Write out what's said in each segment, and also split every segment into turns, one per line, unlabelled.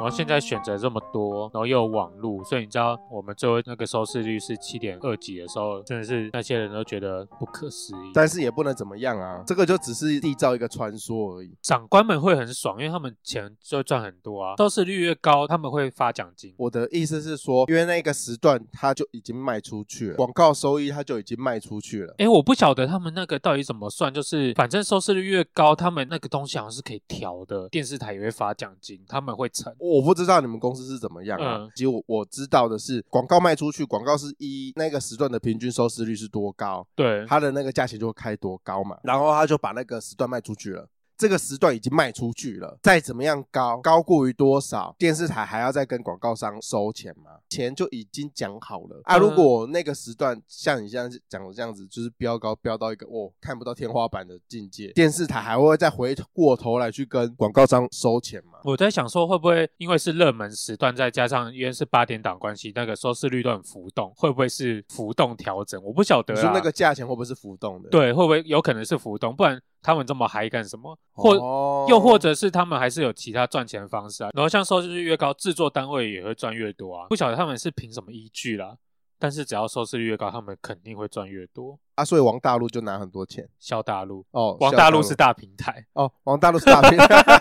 然后现在选择这么多，然后又有网络，所以你知道我们最后那个收视率是七点二几的时候，真的是那些人都觉得不可思议。
但是也不能怎么样啊，这个就只是缔造一个传说而已。
长官们会很爽，因为他们钱就赚很多啊，收视率越高，他们会发奖金。
我的意思是说，因为那个时段它就已经卖出去了，广告收益它就已经卖出去了。
哎，我不晓得他们那个到底怎么算，就是反正收视率越高，他们那个东西好像是可以调的，电视台也会发奖金，他们会乘。
我不知道你们公司是怎么样啊
嗯，
其实我我知道的是，广告卖出去，广告是一那个时段的平均收视率是多高，
对，
它的那个价钱就会开多高嘛，然后他就把那个时段卖出去了。这个时段已经卖出去了，再怎么样高，高过于多少，电视台还要再跟广告商收钱吗？钱就已经讲好了啊！
嗯
如果那个时段像你这样讲的这样子，就是飙高飙到一个哦看不到天花板的境界，电视台还会再回过头来去跟广告商收钱吗？
我在想说，会不会因为是热门时段，再加上因为是八点档关系，那个收视率都很浮动，会不会是浮动调整？我不晓得
你
啊。
说那个价钱会不会是浮动的？，
对，会不会有可能是浮动？不然他们这么嗨干什么？或、
哦
又或者是他们还是有其他赚钱方式啊？然后像收视率越高，制作单位也会赚越多啊。不晓得他们是凭什么依据啦？但是只要收视率越高，他们肯定会赚越多。
啊，所以王大陆就拿很多钱
肖大陆，
哦。
王
笑
大陆是大平台，
哦，王大陆是大片，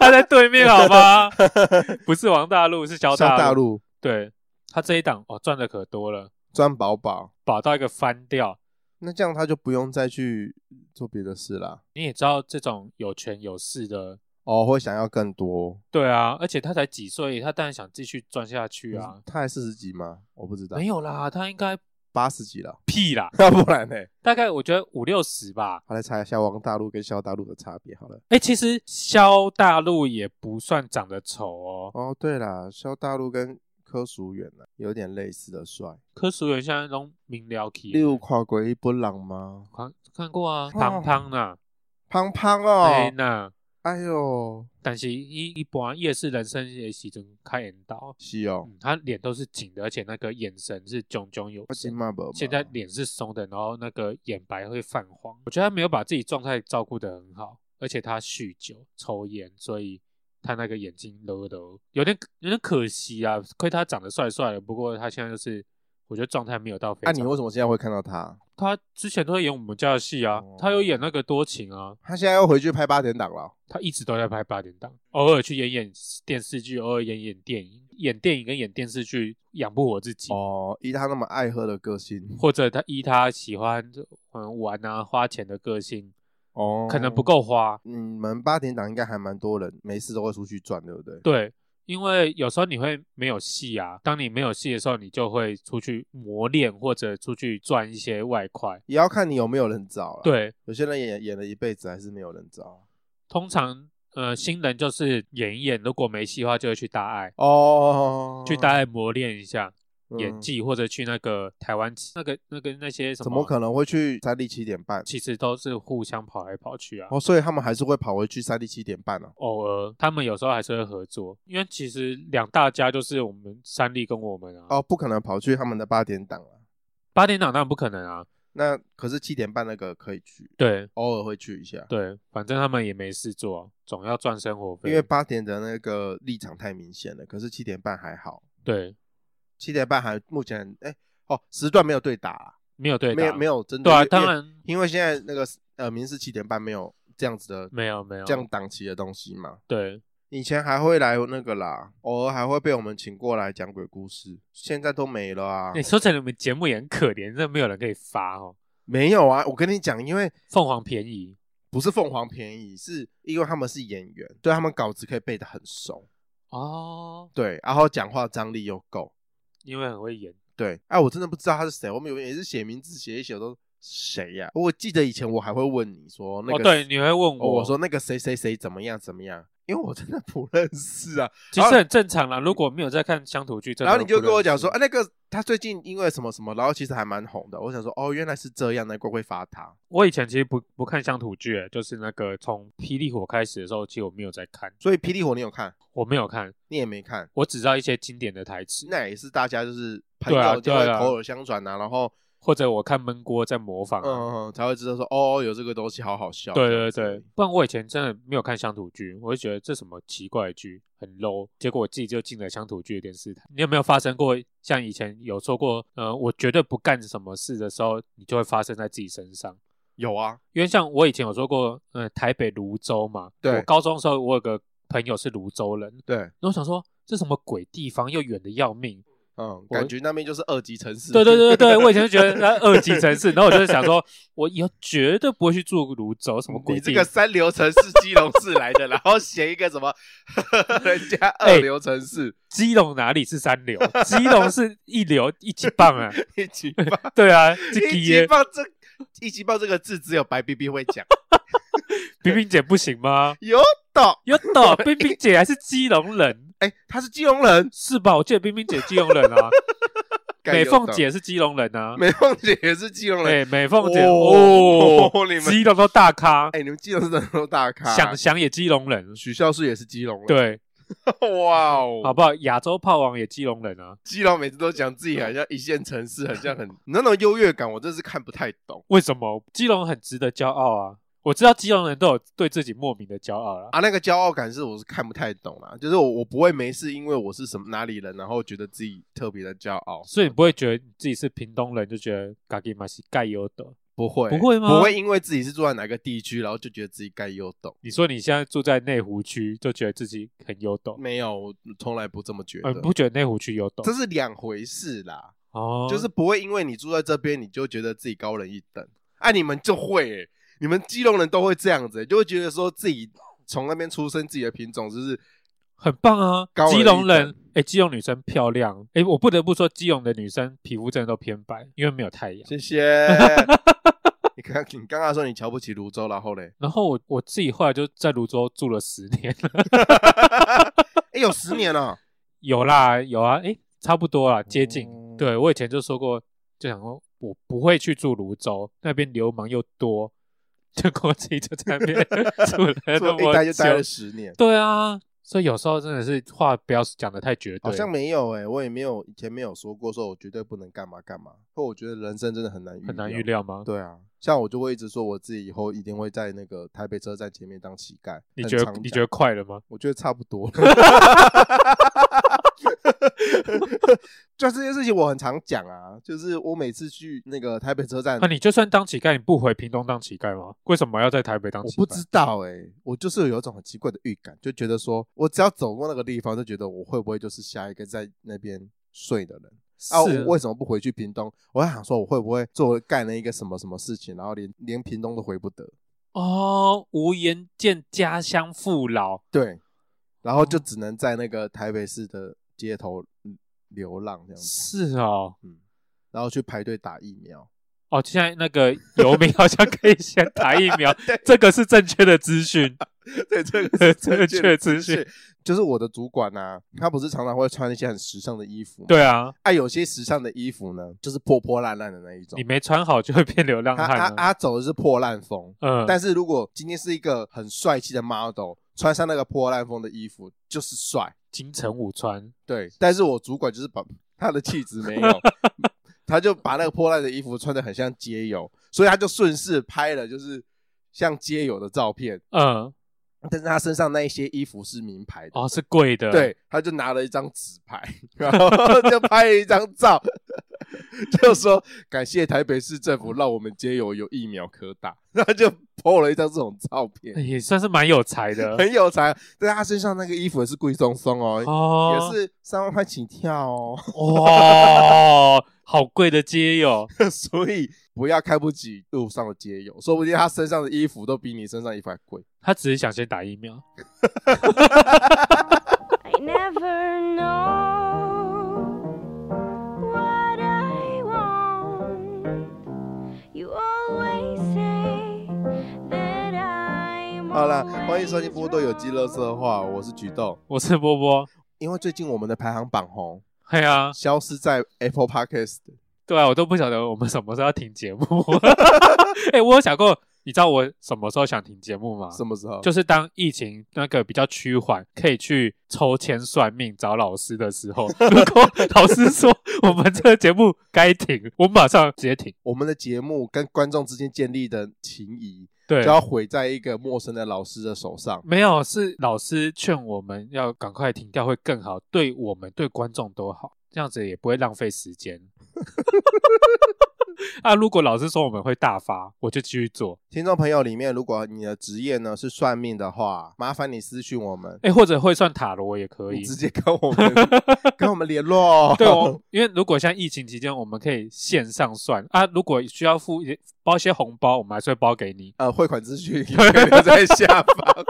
他在对面好吗？不是王大陆，是肖
像
大
大
陆。
陆
对他这一档哦，赚的可多了，
赚饱饱，
饱到一个翻掉。
那这样他就不用再去做别的事啦。
你也知道这种有权有势的，
哦，会想要更多。
对啊，而且他才几岁，他当然想继续赚下去啊。哎
他还四十几吗？我不知道，
没有啦，他应该
八十几了，
屁啦，
要不然呢？
大概我觉得五六十吧。
好，来查一下王大陆跟肖大陆的差别好了。
哎，其实肖大陆也不算长得丑哦，
哦，对啦，肖大陆跟柯淑媛呢，有点类似的帅。
柯淑媛现在都明了起，
你有看过一波浪吗？
看看过啊，胖胖呐，
胖胖
哎
哦，
呐，
哎呦，
但是一一般夜市人生的时阵开演到，
是哦，
嗯，他脸都是紧的，而且那个眼神是炯炯有
我
神
金。马伯
现在脸是松的，然后那个眼白会泛黄。我觉得他没有把自己状态照顾得很好，而且他酗酒、抽烟，所以他那个眼睛揉揉，有点有点可惜啊。亏他长得帅帅的，不过他现在就是我觉得状态没有到非
那、
常。
啊你为什么现在会看到他？
他之前都会演我们家的戏啊
哦，
他有演那个多情啊，
他现在又回去拍八点档了。
他一直都在拍八点档，偶尔去演演电视剧，偶尔演演电影，演电影跟演电视剧养不活自己。
哦，依他那么爱喝的个性，
或者他依他喜欢嗯玩啊花钱的个性，
哦，
可能不。够花。
你嗯们八点档应该还蛮多人，没事都会出去转，对不对？
对，因为有时候你会没有戏啊，当你没有戏的时候，你就会出去磨练或者出去赚一些外快。
也要看你有没有人找了。，
对，
有些人演演了一辈子还是没有人找。
通常呃新人就是演一演，如果没戏的话，就会去大爱，
哦，
去大爱磨练一下
嗯
演、技，或者去那个台湾那个那个那些什么，
怎么可能会去三立七点半？
其实都是互相跑来跑去啊。
哦，所以他们还是会跑回去三立七点半哦。
偶尔他们有时候还是会合作，因为其实两大家就是我们三立跟我们啊。
哦，不可能跑去他们的八点档啊。
八点档当然不可能啊，
那可是七点半那个可以去，
对
偶尔会去一下。
对，反正他们也没事做，总要赚生活费。
因为八点的那个立场太明显了，可是七点半还好，
对
七点半还目前哎、哦时段没有对打啊、
没有对
没有
打
没有真的
对啊，
因为
当然
因为现在那个呃民事七点半没有这样子的
没有没有
这样档期的东西嘛，
对
以前还会来那个啦，偶尔还会被我们请过来讲鬼故事，现在都没了啊
你、，说成你们节目也很可怜，真的没有人可以发哦。
没有啊，我跟你讲，因为
凤凰便宜，
不是凤凰便宜，是因为他们是演员，对他们稿子可以背得很熟，
哦，
对，然后讲话张力又够，
因为很会演。
对，哎、我真的不知道他是谁，我们有也是写名字写一写，我都谁呀、我记得以前我还会问你说那
哦，
个，
对，你会问
哦
我，
我说那个谁谁谁怎么样怎么样，因为我真的不认识啊。
其实很正常啦。如果没有在看乡土剧，真的
然后你就
不认
跟我讲说，
识
啊，那个他最近因为什么什么，然后其实还蛮红的。我想说，哦，原来是这样，难怪会发他。
我以前其实不不看乡土剧，欸就是那个从《霹雳火》开始的时候，其实我没有在看，
所以《霹雳火》你有看，
我没有看，
你也没看，
我只知道一些经典的台词。
那也是大家就是朋
对啊
友就
对啊
会
对啊
口耳相传啊，然后
或者我看闷锅在模仿、啊。
嗯，才会知道说哦，有这个东西，好好笑。
对
这样
对
子
对，，不然我以前真的没有看乡土剧，我就觉得这什么奇怪的剧很 low，结果我自己就进了乡土剧的电视台。你有没有发生过像以前有说过，呃，我绝对不干什么事的时候，你就会发生在自己身上？
有啊，
因为像我以前有说过，呃，台北泸州嘛，
对
我高中的时候我有个朋友是泸州人，
对，
然后我想说这什么鬼地方，又远的要命。
嗯，感觉那边就是二级城市。
对对对对，对我以前就觉得那二级城市，然后我就想说，我以后绝对不会去住泸州，什么鬼
你这
地
个
方。
三流城市基隆市来的，然后写一个什么人 家
哎
二流城市，
基隆哪里是三流？ 基隆是一流一级棒 啊！
一 级棒，
对啊，这
一
基
级
耶
棒这一级棒这个字只有白冰冰会讲，
冰冰姐不行吗？
有的，
有的，冰冰姐还是基隆人
哎，他是基隆人，
是吧？我记得冰冰姐基隆人 啊，
干
美
有
凤
懂，
姐是基隆人啊，
美凤姐也是基隆人，
对，美凤姐
哦
哦
你们，
基隆都大咖，
哎，你们基隆真的都大咖，哦
想想也基隆人，
许孝顺也是基 隆人，
对，
哇哦，
好不好？亚洲炮王也基隆人啊，
基隆每次都讲自己好像一线城市，很像很那种优越感，我真是看不太懂
为什么？基隆很值得骄傲啊！我知道基隆人都有对自己莫名的骄傲啦。
啊。那个骄傲感是我是看不太懂啦，就是我我不会没事，因为我是什么哪里人，然后觉得自己特别的骄傲，
所以你不会觉得你自己是屏东人就觉得嘎吉马西盖优的，
不会
不会吗
不会因为自己是住在哪个地区，然后就觉得自己该优斗。
你说你现在住在内湖区，就觉得自己很优斗，
没有，我从来不这么嗯觉
呃，
得，
你不觉得内湖区优斗
这？是两回事啦，
哦，
就是不会因为你住在这边，你就觉得自己高人一等。哎、你们就会、欸，你们基隆人都会这样子欸、就会觉得说自己从那边出生，自己的品种就是
很棒啊
高，人
基隆人
一，
哎，基隆女生漂亮，哎，我不得不说，基隆的女生皮肤真的都偏白，因为没有太阳。
谢谢。 你刚你刚刚说你瞧不起泸州，然后嘞，
然后我我自己后来就在泸州住了 十年，
哎，有十年 了，
有啦有啊，哎，差不多啦，接近。
哦
对我以前就说过，就想说我不会去住泸州，那边流氓又多， 结果自己就在那边 住了哎那
说一
么
待就待了
久。
十年，
对啊，所以有时候真的是话不要讲的太绝对。
好像没有哎、我也没有以前没有说过，说我绝对不能干嘛干嘛，或我觉得人生真的很难
很难预。料吗？
对啊，像我就会一直说我自己以后一定会在那个台北车站前面当乞丐。
你
很
觉得
常
你
讲
觉得快了吗？
我觉得差 不多。就这件事情我很常讲啊，就是我每次去那个台北车站
那、，啊你就算当乞丐，你不回屏东当乞丐吗？为什么要在台北当
我
乞丐？
不知道哎、我就是有一种很奇怪的预感，就觉得说我只要走过那个地方，就觉得我会不会就是下一个在那边睡的人啊？
是
我为什么不回去屏东？我在想说我会不会做干了一个什么什么事情，然后连连屏东都回不得，
哦，无颜见家乡父老，
对，然后
哦
就只能在那个台北市的街头嗯流浪这样子，
是哦。
嗯，然后去排队打疫苗。
哦，现在那个游民好像可以先打疫苗
对，
这个是正确的资讯。
对，这个是
正确的资讯
是，就是我的主管啊，他不是常常会穿一些很时尚的衣服吗？
对啊，
啊，有些时尚的衣服呢，就是破破烂烂的那一种
你。没穿好就会变流浪
他他
汉啊。
他走的是破烂风，
嗯，
但是如果今天是一个很帅气的 model，穿上那个破烂风的衣服就是帅，
金城武穿，
对。但是我主管就是把他的气质没有，他就把那个破烂的衣服穿的很像街友，所以他就顺势拍了就是像街友的照片，
嗯，
但是他身上那一些衣服是名牌的，
哦，是贵的，，
对，他就拿了一张纸牌， 然后就拍了一张照， 就说感谢台北市政府让我们街友有疫苗可打， 然后就 po 了一张这种照片，
哎也算是蛮有才的
很有才。但是他身上那个衣服也是贵松松哦，
哦
也，是三万块起跳哦，
哇，好贵的街友，
所以不要看不起路上的街友，说不定他身上的衣服都比你身上衣服还贵。
他只是想先打疫苗。
I never know what I want. You always say that I'm
好啦，
always
欢迎收听波豆有机乐色话，我是菊豆。
我是波波，
因为最近我们的排行榜红
嘿啊，
消失在 Apple Podcast
对啊，我都不晓得我们什么时候要停节目。哎，我有想过，你知道我什么时候想停节目吗？
什么时候？
就是当疫情那个比较趋缓，可以去抽签算命找老师的时候，如果老师说我们这个节目该停，我马上直接停。
我们的节目跟观众之间建立的情谊，
对
就，要毁在一个陌生的老师的手上。
没有是老师劝我们要赶快停掉会更好，对我们对观众都好，这样子也不会浪费时间。 啊，如果老师说我们会大发，我就继续做。
听众朋友里面，如果你的职业呢是算命的话，麻烦你私讯我们，
哎，或者会算塔罗也可以
你。直接跟我 们跟我们联络。
对哦，因为如果像疫情期间，我们可以线上算啊。如果需要付一些包一些红包，我们还是会包给你，
呃，汇款资讯可以留在下方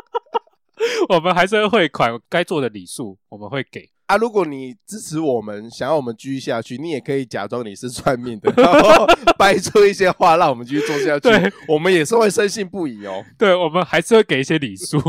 我们还是会汇款，该做的礼数我们会给。
啊。如果你支持我们，想要我们继续下去，你也可以假装你是算命的，然后 掰出一些话让我们继续做下
对
去。我们也是会深信不疑哦。
对，我们还是会给一些礼数。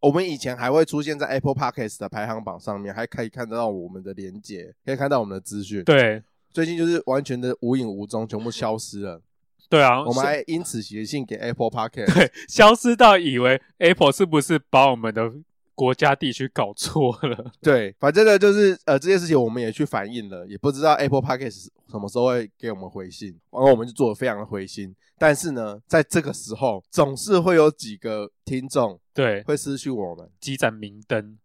我们以前还会出现在 Apple Podcast 的排行榜上面，还可以看得到我们的连接，可以看到我们的资讯。，
对
最近就是完全的无影无踪，全部消失了。
对啊，
我们还因此写信给 Apple Podcast，
消失到以为 Apple 是不是把我们的国家地区搞错了？
对，反正呢就是呃这件事情我们也去反映了，也不知道 Apple Podcast 什么时候会给我们回信，然后我们就做的非常的灰心。但是呢，在这个时候，总是会有几个听众
对，
会失去我们，
几盏明灯，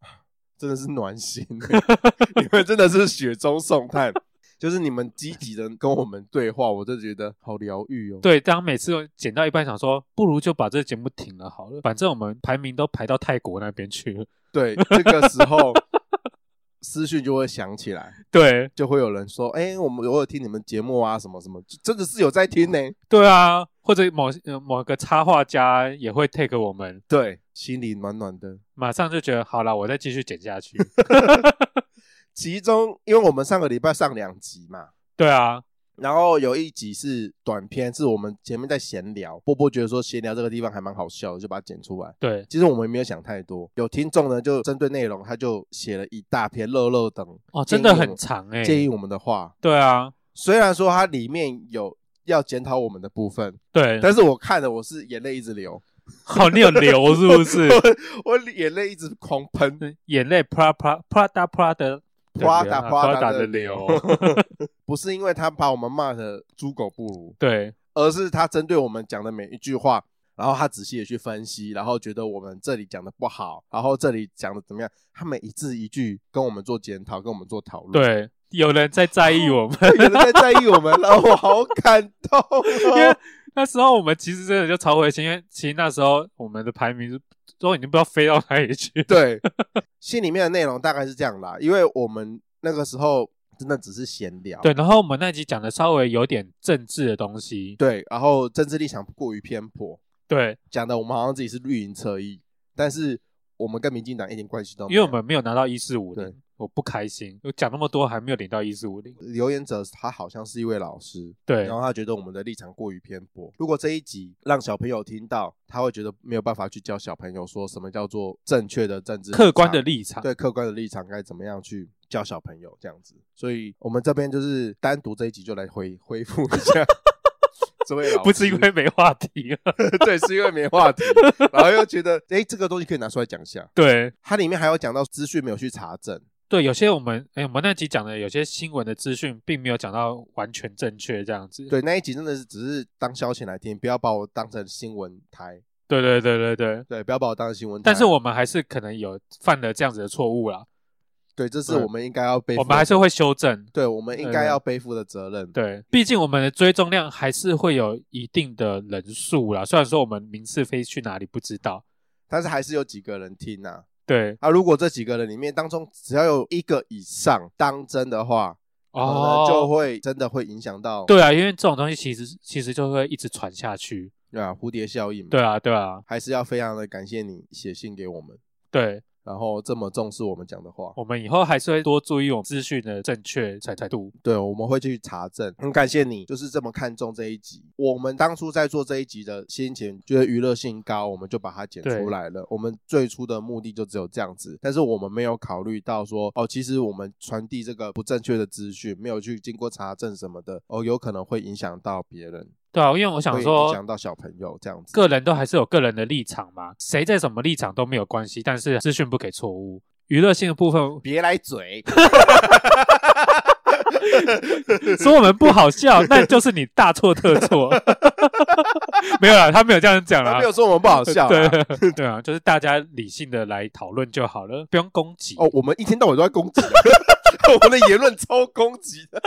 真的是暖心， 你们真的是雪中送炭。就是你们积极的跟我们对话，我就觉得好疗愈哦。，
对，当每次剪到一半，想说不如就把这节目停了好了，反正我们排名都排到泰国那边去了。
对，这个时候私讯就会响起来，
对
就会有人说：“哎、我们我有听你们节目啊，什么什么，就真的是有在听呢、
对啊，或者某、呃某个插画家也会 take 我们，
对，心里暖暖的。
马上就觉得好了，我再继续剪下 去。
其中，因为我们上个礼拜上两集嘛，
对啊，
然后有一集是短片，是我们前面在闲聊，波波觉得说闲聊这个地方还蛮好笑的，就把它剪出来。
对
其实我们没有想太多，有听众呢就针对内容，他就写了一大篇肉肉等
哦，真的
建议我
很长哎、
建议我们的话，
对啊，
虽然说它里面有要检讨我们的部分，
对，
但是我看了我是眼泪一直流，
好，你有流是不是？
我眼泪一直狂喷，
眼泪 pra pra prada prada 的
Prada-
流啊
Prada
prada 的哦
的
流，
不是因为他把我们骂的猪狗不如，
对
而是他针对我们讲的每一句话，然后他仔细的去分析，然后觉得我们这里讲的不好，然后这里讲的怎么样，他每一字一句跟我们做检讨，跟我们做讨论。
对，有人在在意我们。
有人在在意我们，然后我好感动、
因为
哦。
那时候我们其实真的就超灰心，因为其实那时候我们的排名都已经不知道飞到哪里去。
对，心里面的内容大概是这样啦，因为我们那个时候真的只是闲聊。
对，然后我们那集讲的稍微有点政治的东西，
对，然后政治立场过于偏颇，
对，
讲的我们好像自己是绿营侧翼，但是我们跟民进党一点关系都没
因为
有。
我们没有拿到一四五
对
零，我不开心，我讲那么多还没有领到一四五零。
留言者他好像是一位老师，
对
然后他觉得我们的立场过于偏颇。如果这一集让小朋友听到，他会觉得没有办法去教小朋友说什么叫做正确的政治立场
客观的立场，
对客观的立场该怎么样去教小朋友这样子。所以我们这边就是单独这一集就来恢恢复一下 这位老师，
不是因为没话题啊了。
对，是因为没话题，然后又觉得哎这个东西可以拿出来讲一下。
对
它里面还有讲到资讯没有去查证，
对，有些我们哎，我们那集讲的有些新闻的资讯并没有讲到完全正确，这样子。
对那一集真的是只是当消遣来听，不要把我当成新闻台。
对对对对对。
对，不要把我当成新闻台。
但是我们还是可能有犯了这样子的错误啦，
对，这是
对
我们应该要背
嗯
负的
我们还是会修正。
对，我们应该要背负的责任。
对，毕竟我们的追踪量还是会有一定的人数啦。虽然说我们名次飞去哪里不知道，
但是还是有几个人听呐、
对
啊。如果这几个人里面当中只要有一个以上当真的话，可
哦
能，就会真的会影响到
对啊，因为这种东西其实其实就会一直传下去。
对啊蝴蝶效应嘛。
对，啊，对啊，
还是要非常的感谢你写信给我们，
对，
然后这么重视我们讲的话。
我们以后还是会多注意我们资讯的正确程度。
对，我们会去查证。很感谢你，就是这么看重这一集。我们当初在做这一集的心情，觉得娱乐性高，我们就把它剪
对
出来了。我们最初的目的就只有这样子，但是我们没有考虑到说，哦，其实我们传递这个不正确的资讯，没有去经过查证什么的，哦，有可能会影响到别人。
对啊，因为我想
会
说
影，响到小朋友这样子。
个人都还是有个人的立场嘛，谁在什么立场都没有关系，但是资讯不给错误。娱乐性的部分，
别来嘴，
说我们不好 笑，那就是你大错特错。 没有啦，他没有这样讲啦
他没。有说我们不好笑啊。
对 对啊，就是大家理性的来讨论就好了，不用攻击。
哦，我们一天到晚都在攻击， 我们的言论超攻击的。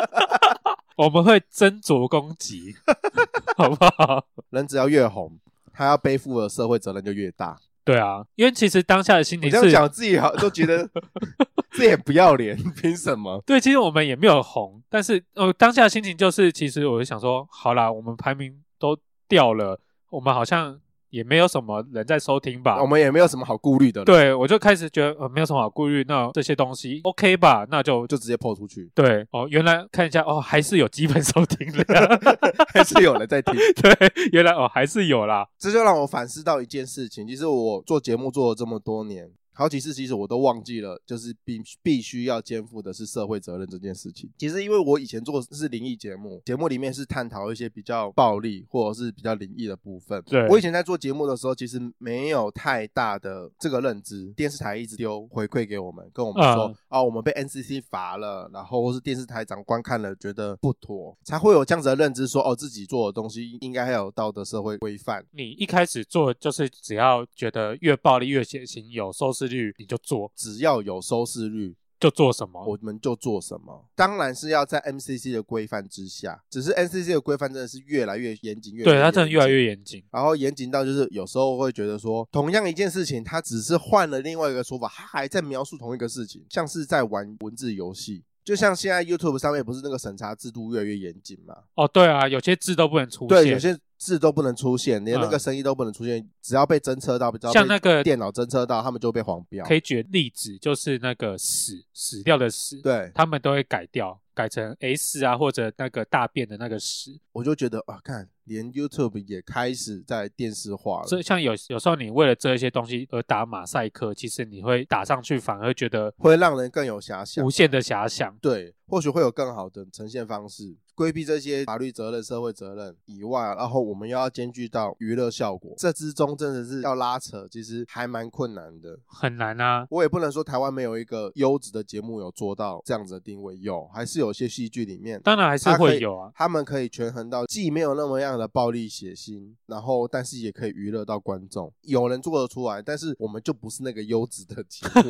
我们会斟酌攻击， 好不好？
人只要越红，他要背负的社会责任就越大。
对啊，因为其实当下的心
你
情
这样
是，
讲，自己好都觉得 自己很不要脸， 凭什 么？
对，其实我们也没有红，但是呃，当下的心情就是，其实我就想说，好啦，我们排名都掉了，我们好像也没有什么人在收听吧
我。们也没有什么好顾虑的，，
对，我就开始觉得呃没有什么好顾虑，那这些东西 OK 吧，那就，
就直接抛出去
对哦。原来看一下哦，还是有基本收听的，
还是有人在听。
对，原来哦还是有啦，
这就让我反思到一件事情，其实我做节目做了这么多年，好几次其实我都忘记了，就是必必须要肩负的是社会责任这件事情。其实因为我以前做的是灵异节目，节目里面是探讨一些比较暴力或者是比较灵异的部分。
对
我以前在做节目的时候，其实没有太大的这个认知，电视台一直丢回馈给我们，跟我们说，
嗯
哦，我们被 NCC 罚了，然后或是电视台长官看了觉得不妥，才会有这样子的认知说，哦，自己做的东西应该要有道德社会规范。
你一开始做就是只要觉得越暴力越血腥有收视率，你就做
只要有收视率，
就做什么。
我们就做什么。当然是要在 MCC 的规范之下，只是 NCC 的规范真的是越来越严谨，越来
对，它真的越来
严谨。
越严谨。
然后严谨到就是有时候会觉得说，同样一件事情，它只是换了另外一个说法，它还在描述同一个事情，像是在玩文字游戏。就像现在 YouTube 上面不是那个审查制度越来越严谨嘛？
哦，对啊，有些字都不能出现。
对，有些字都不能出现，连那
嗯
个声音都不能出现，只要被侦测到，只要被
像那个
电脑侦测到，他们就会被黄标。
可以举例子，就是那个死死掉的死，
对，
他们都会改掉，改成 S 啊，或者那个大便的那个屎。
我就觉得啊，看连 YouTube 也开始在电视化了，
所以像有有时候你为了这一些东西而打马赛克，其实你会打上去，反而会觉得
会让人更有遐想，
无限的遐想。
对，或许会有更好的呈现方式，规避这些法律责任、社会责任以外，啊然后我们又要兼具到娱乐效果，这之中真的是要拉扯，其实还蛮困难的。
很难啊，
我也不能说台湾没有一个优质的节目有做到这样子的定位，有，还是有些戏剧里面
当然还是
它可
会
以
有啊。
他们可以权衡到既没有那么样的暴力血腥，然后但是也可以娱乐到观众。有人做得出来，但是我们就不是那个优质的节目。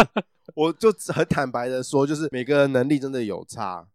我就很坦白的说，就是每个人能力真的有差，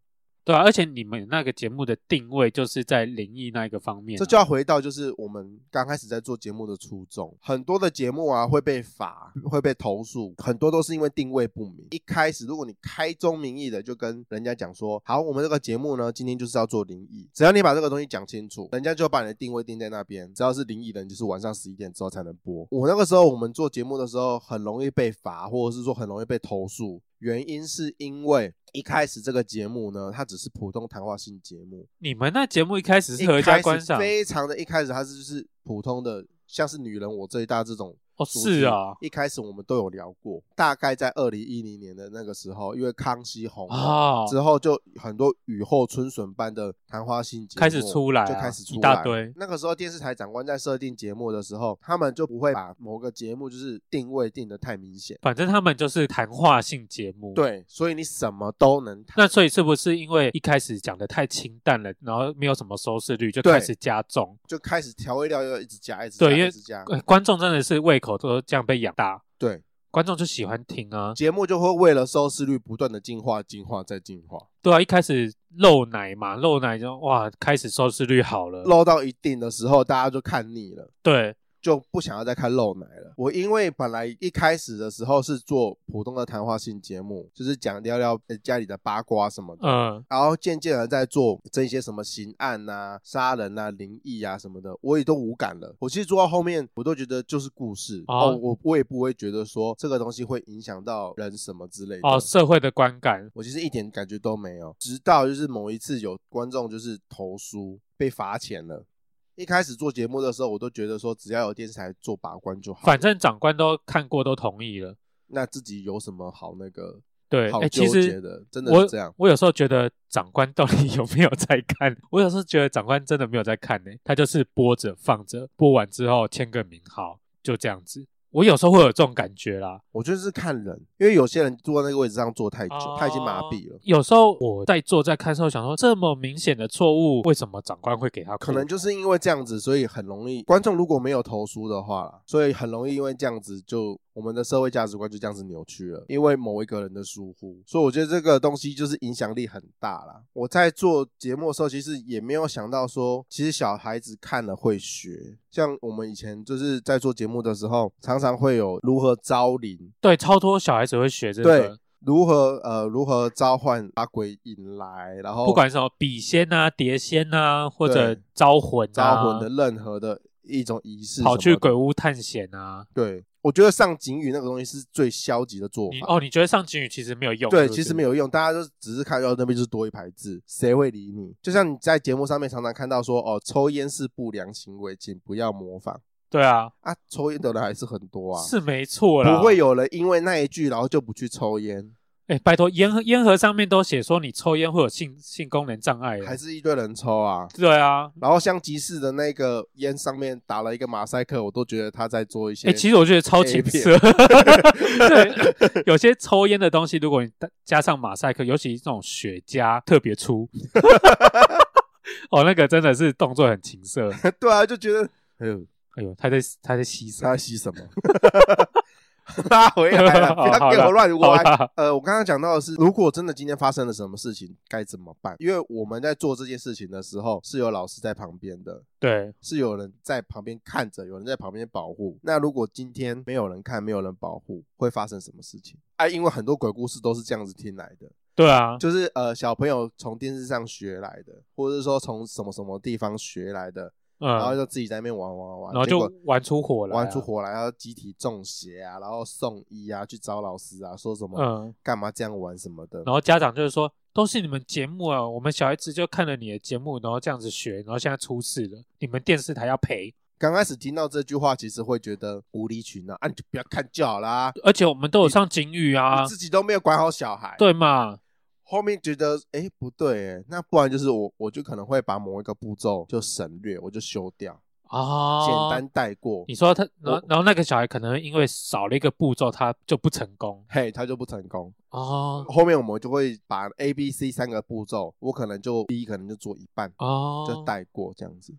对啊，而且你们那个节目的定位就是在灵异那一个方面啊、
这就要回到就是我们刚开始在做节目的初衷。很多的节目啊会被罚，会被投诉，很多都是因为定位不明。一开始如果你开宗明义的就跟人家讲说，好，我们这个节目呢今天就是要做灵异，只要你把这个东西讲清楚，人家就把你的定位定在那边。只要是灵异的，你就是晚上十一点之后才能播。我那个时候我们做节目的时候很容易被罚，或者是说很容易被投诉，原因是因为。一开始这个节目呢，它只是普通谈话性节目，
你们那节目一开始是合
一
家
开
观
始
赏
非常的一开始它是就是普通的，像是女人我最大这种。
哦，是啊，
一开始我们都有聊过，大概在二零一零年的那个时候，因为康熙红了
啊，
之后，就很多雨后春笋般的昙花性节目
开始出来啊
就开始出来
一大堆
那个时候电视台长官在设定节目的时候，他们就不会把某个节目就是定位定的太明显，
反正他们就是谈话性节目。，
对，所以你什么都能谈。
那所以是不是因为一开始讲的太清淡了，然后没有什么收视率，就
对
开始加重？
就开始调味料又一直加，一直加，
对因为
一直加，
呃观众真的是胃口都这样被养大，
对，
观众就喜欢听啊。
节目就会为了收视率不断的进化、进化再进化，
对啊，一开始露奶嘛，露奶就哇，开始收视率好了。
露到一定的时候，大家就看腻了。
对，
就不想要再看露奶了。我因为本来一开始的时候是做普通的谈话性节目，就是讲聊聊呃家里的八卦什么的，
嗯，
然后渐渐的在做这些什么刑案呐、杀人呐、灵异啊什么的，我也都无感了。我其实做到后面，我都觉得就是故事
哦
哦，我我也不会觉得说这个东西会影响到人什么之类的
哦，社会的观感，
我其实一点感觉都没有，直到就是某一次有观众就是投诉被罚钱了。一开始做节目的时候，我都觉得说只要有电视台做把关就好，
反正长官都看过都同意了。
那自己有什么好那个？
对，
好
哎，
纠
其
结
实
的，真的
我
是这样。
我有时候觉得长官到底 有没有在看？我有时候觉得长官真的没有在看呢、他就是播着放着，播完之后签个名，好，就这样子。我有时候会有这种感觉啦，
我觉得是看人，因为有些人坐在那个位置上坐太久，他已经麻
哦
痹了，
有时候我在做在看的时候，想说这么明显的错误，为什么长官会给他过？
可能就是因为这样子，所以很容易观众如果没有投诉的话啦，所以很容易因为这样子就我们的社会价值观就这样子扭曲了，因为某一个人的疏忽，所以我觉得这个东西就是影响力很大啦。我在做节目的时候，其实也没有想到说，其实小孩子看了会学，像我们以前就是在做节目的时候，常常会有如何招灵，
对超脱小孩子会学这
对
个，
如何呃如何召唤把鬼引来，然后
不管什么笔仙啊、碟仙啊，或者
对
招魂、啊、
招魂的任何的一种仪式什么的，
跑去鬼屋探险啊。
对，我觉得上警语那个东西是最消极的做
你
法。
哦，你觉得上警语其实没有用？
对，
是不
其
是
实没有用，大家就只是看到那边就是多一排字，谁会理你？就像你在节目上面常常看到说，哦，抽烟是不良行为，请不要模仿
对啊，
啊！抽烟的人还是很多啊，
是没错啦。
不会有人因为那一句然后就不去抽烟，
哎，拜托，烟盒烟盒上面都写说你抽烟会有性性功能障碍，
还是一堆人抽啊。
对啊。
然后像集市的那个烟上面打了一个马赛克，我都觉得他在做一些。
哎，其实我觉得超
A
情
片
色。对，有些抽烟的东西，如果你加上马赛克，尤其这种雪茄特别 粗，哦，那个真的是动作很情色。
对啊，就觉 得，哎呦，
哎呦，他在他在吸什
他
么
在吸什么？ 拉回来了，不要给我乱
好
歪。
啦
呃，我刚刚讲到的是，如果真的今天发生了什么事情，该怎么办？因为我们在做这件事情的时候，是有老师在旁边的，
对，
是有人在旁边看着，有人在旁边保护。那如果今天没有人看，没有人保护，会发生什么事情？啊，因为很多鬼故事都是这样子听来的，
对啊，
就是呃，小朋友从电视上学来的，或者是说从什么什么地方学来的，
嗯，
然后就自己在那边玩玩玩，
然后
结
就
果
玩出火来啊，
玩出火来，然后集体中邪啊，然后送医啊，去找老师啊，说什么
嗯，
干嘛这样玩什么的。
然后家长就是说，都是你们节目啊，我们小孩子就看了你的节目，然后这样子学，然后现在出事了，你们电视台要赔，
刚开始听到这句话，其实会觉得无理取闹啊，你就不要看就好啦，
而且我们都有上警语啊
你，自己都没有管好小孩。，
对嘛？
后面觉得哎不对哎，那不然就是我我就可能会把某一个步骤就省略，我就修掉，
啊，
简单。带过
你。说他，然
我
后然后那个小孩可能因为少了一个步骤，他就不成功
嘿，他就不成功。
哦
后面我们就会把 A、B、C 三个步骤，我可能就第一可能就做一半，
哦，
就带过这样子。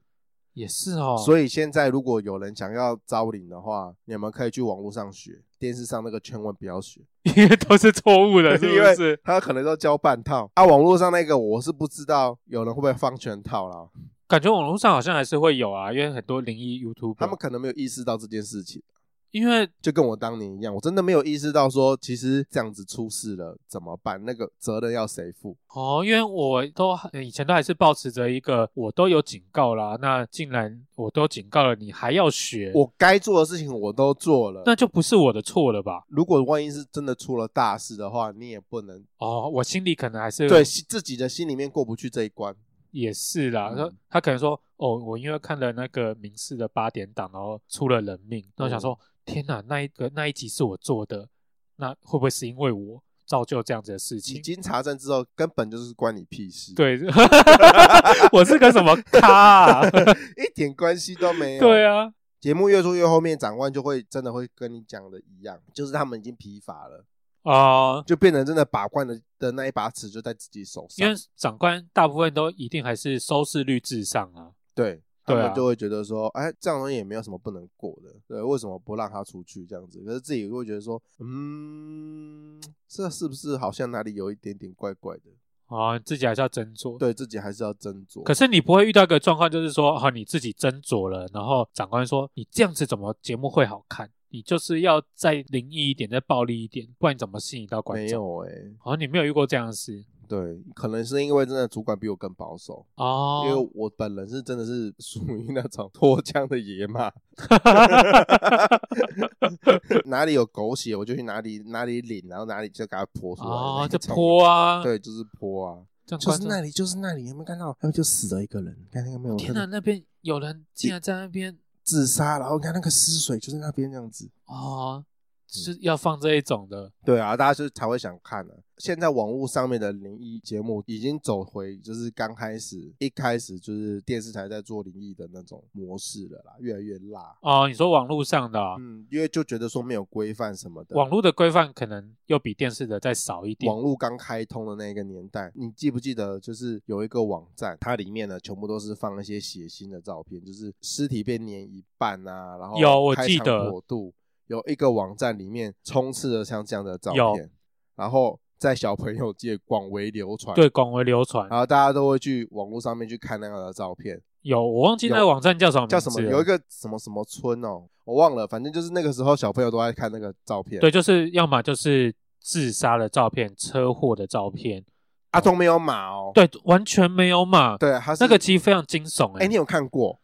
也是哦，以
所以现在如果有人想要招领的话，你们可以去网络上学，电视上那个千万不要学，
因为都是错误的，是
因
不
为
是？
他可能都教半套。啊，网络上那个我是不知道有人会不会放全套啦，
感觉网络上好像还是会有啊，因为很多灵异 YouTube，
他们可能没有意识到这件事情。
因为
就跟我当年一样，我真的没有意识到说，其实这样子出事了怎么办？那个责任要谁负？
哦，因为我都以前都还是保持着一个我都有警告啦，那竟然我都警告了，你还要学，
我该做的事情我都做了。
那就不是我的错了吧？
如果万一是真的出了大事的话，你也不能
哦，我心里可能还是
对自己的心里面过不去这一关。
也是啦，
嗯
他、他可能说哦，我因为看了那个明视的八点档，然后出了人命，那我
嗯
想说、天哪，那一个那一集是我做的，那会不会是因为我造就这样子的事
已
情？
经查证之后，根本就是关你屁事。。
对， 我是个什么咖、啊？
一点关系都 没有。
对，啊，
节目越做越后面，长官就会真的会跟你讲的一样，就是他们已经疲乏了，
啊、
就变成真的把关的的那一把尺就在自己手
因
上
为。长官大部分都一定还是收视率至上啊。
对。他
对啊
们就会觉得说，哎，这样东西也没有什么不能过的，对，为什么不让他出去这样子？可是自己会觉得说，嗯，这是不是好像哪里有一点点怪怪的？
啊，自己还是要斟酌。，
对自己还是要斟酌。
可是你不会遇到一个状况，就是说，啊，你自己斟酌了，然后长官说你这样子怎么节目会好看？你就是要再灵异一点，再暴力一点，不然你怎么吸引到观众？
没，有哎、
好、像你没有遇过这样的事
对，可能是因为真的主管比我更保守，
哦。
因为我本人是真的是属于那种脱缰的野马， 哪里有狗血我就去哪里哪里领，然后哪里就给它泼出来。
哦，
这
这泼啊，，
对，就是泼啊，
这样
就
观
是那
众。
里就是那里，有没有看到？他们就死了一个人，你看那个没有？
天哪，
哪，
那边有人竟然在那边
自杀，然后你看那个尸水就在那边这样子，
哦，是要放这一种的，
对啊，大家就才会想看呢、现在网络上面的灵异节目已经走回就是刚开始一开始就是电视台在做灵异的那种模式了啦，越来越辣。
哦，你说网络上的啊、
嗯，因为就觉得说没有规范什么的。
网络的规范可能又比电视的再少一点
网。络刚开通的那个年代，你记不记得？就是有一个网站，它里面呢全部都是放一些血腥的照片，就是尸体被碾一半啊，然后
有我
开
记
肠
得
破肚。有一个网站里面充斥着像这样的照
有
片，然后在小朋友界广为流传。啊
对，广为流传
然后大家都会去网络上面去看那样的照片，
有，我忘记那个
有
网站叫什么名字
叫
了，
什么？有一个什么什么村哦，我忘了，反正就是那个时候小朋友都在看那个照片。
对，，就是要么就是自杀的照片、车祸的照片，
阿东没有码哦。
对，完全没有嘛。
对，他是
那个其实非常惊悚哎、
哎，你有看过？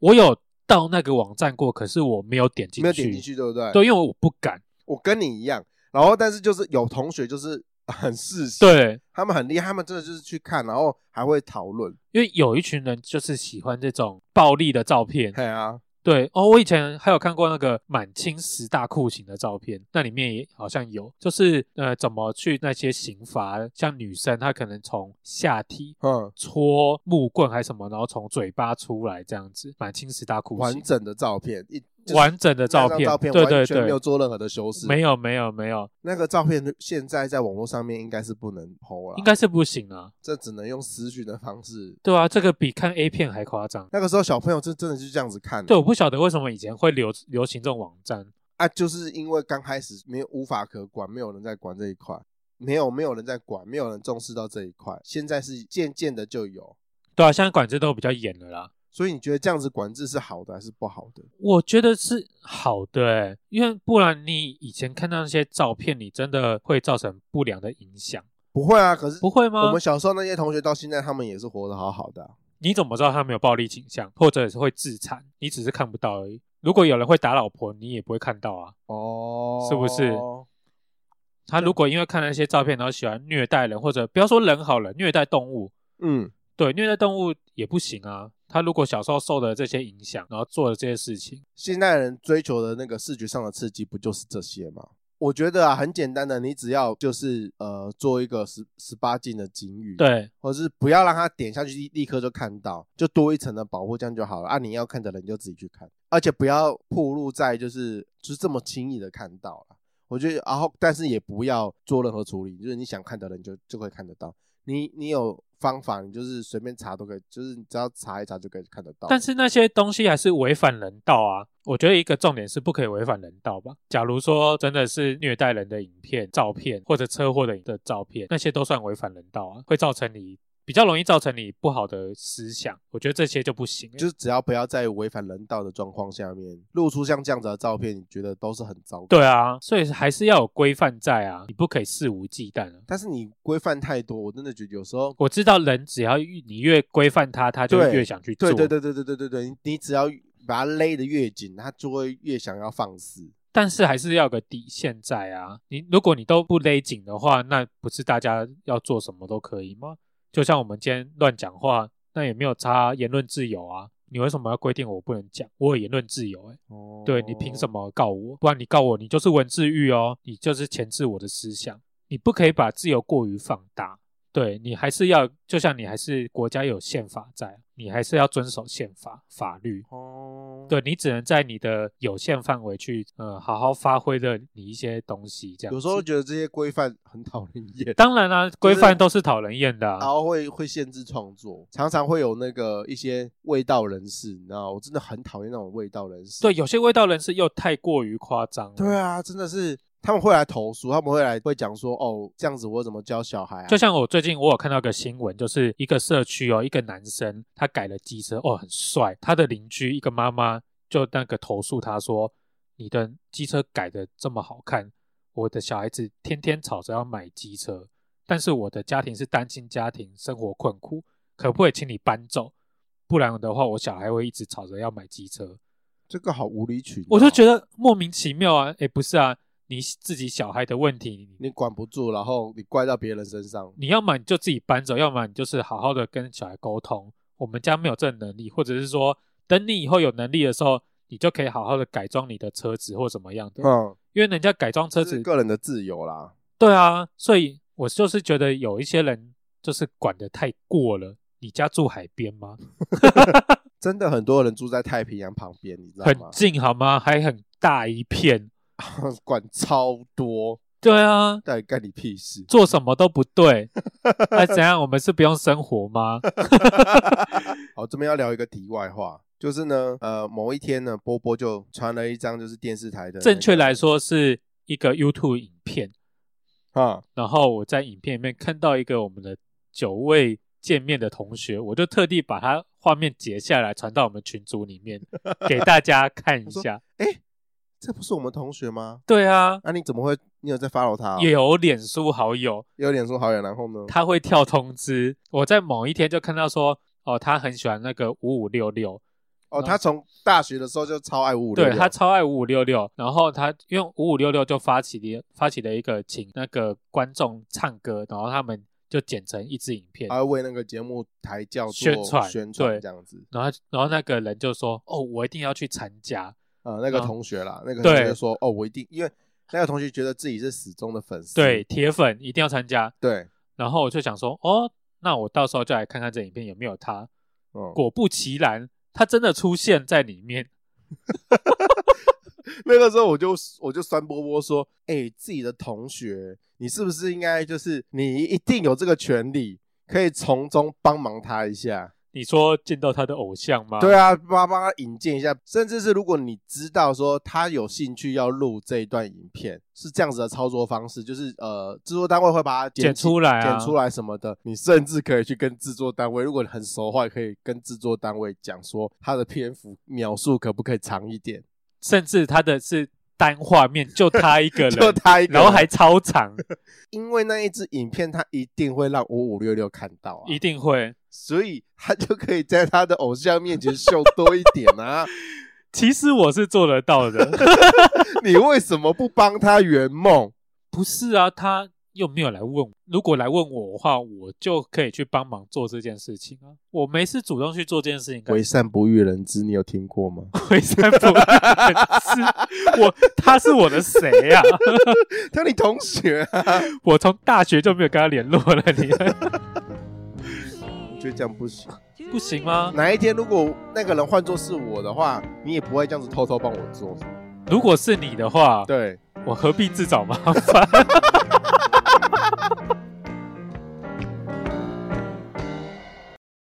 我有到那个网站过，可是我没有点进去，
没有点进去，对不对？
对，因为我不敢。
我跟你一样。然后，但是就是有同学就是 很嗜血，，
对，
他们很厉害，他们真的就是去看，然后还会讨论。
因为有一群人就是喜欢这种暴力的照片。
对啊，
对哦，我以前还有看过那个满清十大酷刑的照片，那里面也好像有，就是呃怎么去那些刑罚，像女生她可能从下体
嗯，
戳木棍还是什么，然后从嘴巴出来这样子，满清十大酷
完
刑
整的照片，一就是
完整的照
那张
片，
照片
对对
完全
对，
没有做任何的修饰。
没有没有没有，
那个照片，现在在网络上面应该是不能 PO 了，
应该是不行啊，
这只能用私讯的方式。
对啊，这个比看 A 片还夸张。
那个时候小朋友真真的就这样子看的，
对，我不晓得为什么以前会流流行这种网站，
啊，就是因为刚开始没有无法可管，没有人在管这一块，没有没有人在管，没有人重视到这一块。现在是渐渐的就有，
对啊，现在管制都比较严了啦。
所以你觉得这样子管制是好的还是不好的？
我觉得是好的、欸，因为不然你以前看到那些照片，你真的会造成不良的影响，
不会啊，可是
不会吗？
我们小时候那些同学到现在他们也是活得好好的啊、
你怎么知道他没有暴力倾向，或者是会自残？你只是看不到而已。如果有人会打老婆，你也不会看到啊。
哦，
是不是他如果因为看那些照片，然后喜欢虐待人，或者不要说人好了，虐待动物，
嗯，
对，虐待动物也不行啊。他如果小时候受的这些影响，然后做的这些事情，
现代人追求的那个视觉上的刺激不就是这些吗？我觉得啊，很简单的，你只要就是呃，做一个十十八禁的警语，
对
或者是不要让他点下去立立刻就看到，就多一层的保护，这样就好了。啊，你要看的人就自己去看，而且不要暴露在就是就是这么轻易的看到了。我觉得，然后但是也不要做任何处理，就是你想看的人就就会看得到。你你有方法，你就是随便查都可以，就是你只要查一查就可以看得到。
但是那些东西还是违反人道啊。我觉得一个重点是不可以违反人道吧。假如说真的是虐待人的影片、照片或者车祸的影的照片，那些都算违反人道啊，会造成你比较容易造成你不好的思想。我觉得这些就不行、
就是只要不要在违反人道的状况下面露出像这样子的照片，你觉得都是很糟糕。
对啊，所以还是要有规范在啊，你不可以肆无忌惮啊。
但是你规范太多，我真的觉得有时候
我知道人只要越你越规范他，他就
对
越想去做。
对对。对对对对对对，你你只要把它勒得越紧，它就会越想要放肆。
但是还是要有个底线在啊。你如果你都不勒紧的话，那不是大家要做什么都可以吗？就像我们今天乱讲话，那也没有差言论自由啊。你为什么要规定我不能讲？我有言论自由、欸，
哦
对你凭什？么告我？不然你告我，你就是文字狱哦，你就是钳制我的思想，你不可以把自由过于放大。对你还是要，就像你还是国家有宪法在，你还是要遵守宪法法律。
哦，
对你只能在你的有限范围去，呃，好好发挥的你一些东西，这样子。
有时候觉得这些规范很讨人厌，
当然啦、规范都是讨人厌的、
然
啊。
后会会限制创作，常常会有那个一些味道人士，你知道，我真的很讨厌那种味道人士。
对，有些味道人士又太过于夸张。
对，啊，真的是他们会来投诉，他们会来会讲说，哦，这样子我怎么教小孩啊？
就像我最近我有看到个新闻，就是一个社区哦，一个男生他改了机车，哦，很帅。他的邻居一个妈妈就那个投诉他说：“你的机车改的这么好看，我的小孩子天天吵着要买机车，但是我的家庭是单亲家庭，生活困苦，可不可以请你搬走？不然的话，我小孩会一直吵着要买机车。”
这个好无理取闹，
我就觉得莫名其妙啊！诶，不是啊，你自己小孩的问题，
你管不住，然后你怪到别人身上。
你要么你就自己搬走，要么你就是好好的跟小孩沟通。我们家没有这能力，或者是说，等你以后有能力的时候，你就可以好好的改装你的车子或怎么样的。
嗯，
因因为人家改装车
是
子，
个人的自由啦。
对啊，所以我就是觉得有一些人就是管得太过了。你家住海边吗？
真的很多人住在太平洋旁边，你知道
很
吗？
近好吗？还很大一片。
管超多，
对啊，
到底干你屁事？
做什么都不对。那、怎样？我们是不用生活吗？
好，这边要聊一个题外话，就是呢，呃，某一天呢，波波就传了一张就是电视台的那个、
正确来说是一个 YouTube 影片，
啊，
然后我在影片里面看到一个我们的九位见面的同学，我就特地把它画面截下来传到我们群组里 面给大家看一下。
哎，这不是我们同学吗？
对啊，
啊，你怎么会？你有在 follow 他、哦？
有脸书好友，
有脸书好友，然后呢？
他会跳通知。我在某一天就看到说，哦，他很喜欢那个五五六六，
哦，他从大学的时候就超爱五五
嗯
六
对
六，
他超爱五五六六，然后他因为五五六六就发起了发起了一个请那个观众唱歌，然后他们就剪成一支影片，
还会为那个节目台叫做
宣传
宣
对
传这样子。
然后然后那个人就说，哦，我一定要去参加，
呃，那个
嗯
同学啦，那个
对
同学就说哦，我一定，因为那个同学觉得自己是死忠的粉丝，
对，铁粉一定要参加。
对，
然后我就想说，哦，那我到时候就来看看这影片有没有他。
嗯，
果不其然，他真的出现在里面。
那个时候我就我就酸波波说，哎、自己的同学，你是不是应该就是你一定有这个权利，可以从中帮忙他一下，
你说见到他的偶像吗？
对啊，帮帮他引荐一下，甚至是如果你知道说他有兴趣要录这一段影片，是这样子的操作方式，就是呃，制作单位会把它
剪出来啊
剪出来什么的，你甚至可以去跟制作单位，如果很熟的话，可以跟制作单位讲说他的篇幅描述可不可以长一点，
甚至他的是单画面，就他一个人，
就他一个人
然后还超长，
因为那一支影片他一定会让五五六六看到啊，
一定会。
所以他就可以在他的偶像面前秀多一点 啊，
其实我是做得到的，
你为什么不帮他圆梦？
不是啊？他又没有来问我，如果来问我的话，我就可以去帮忙做这件事情啊。我没事主动去做这件事情干嘛，
为善不欲人知，你有听过吗？
回山不是我，他是我的谁 呀、
他你同学、啊，
我从大学就没有跟他联络了，你
我觉得这样不行。
不行吗？
哪一天如果那个人换作是我的话，你也不会这样子偷偷帮我做。
如果是你的话，
对，
我何必自找麻烦？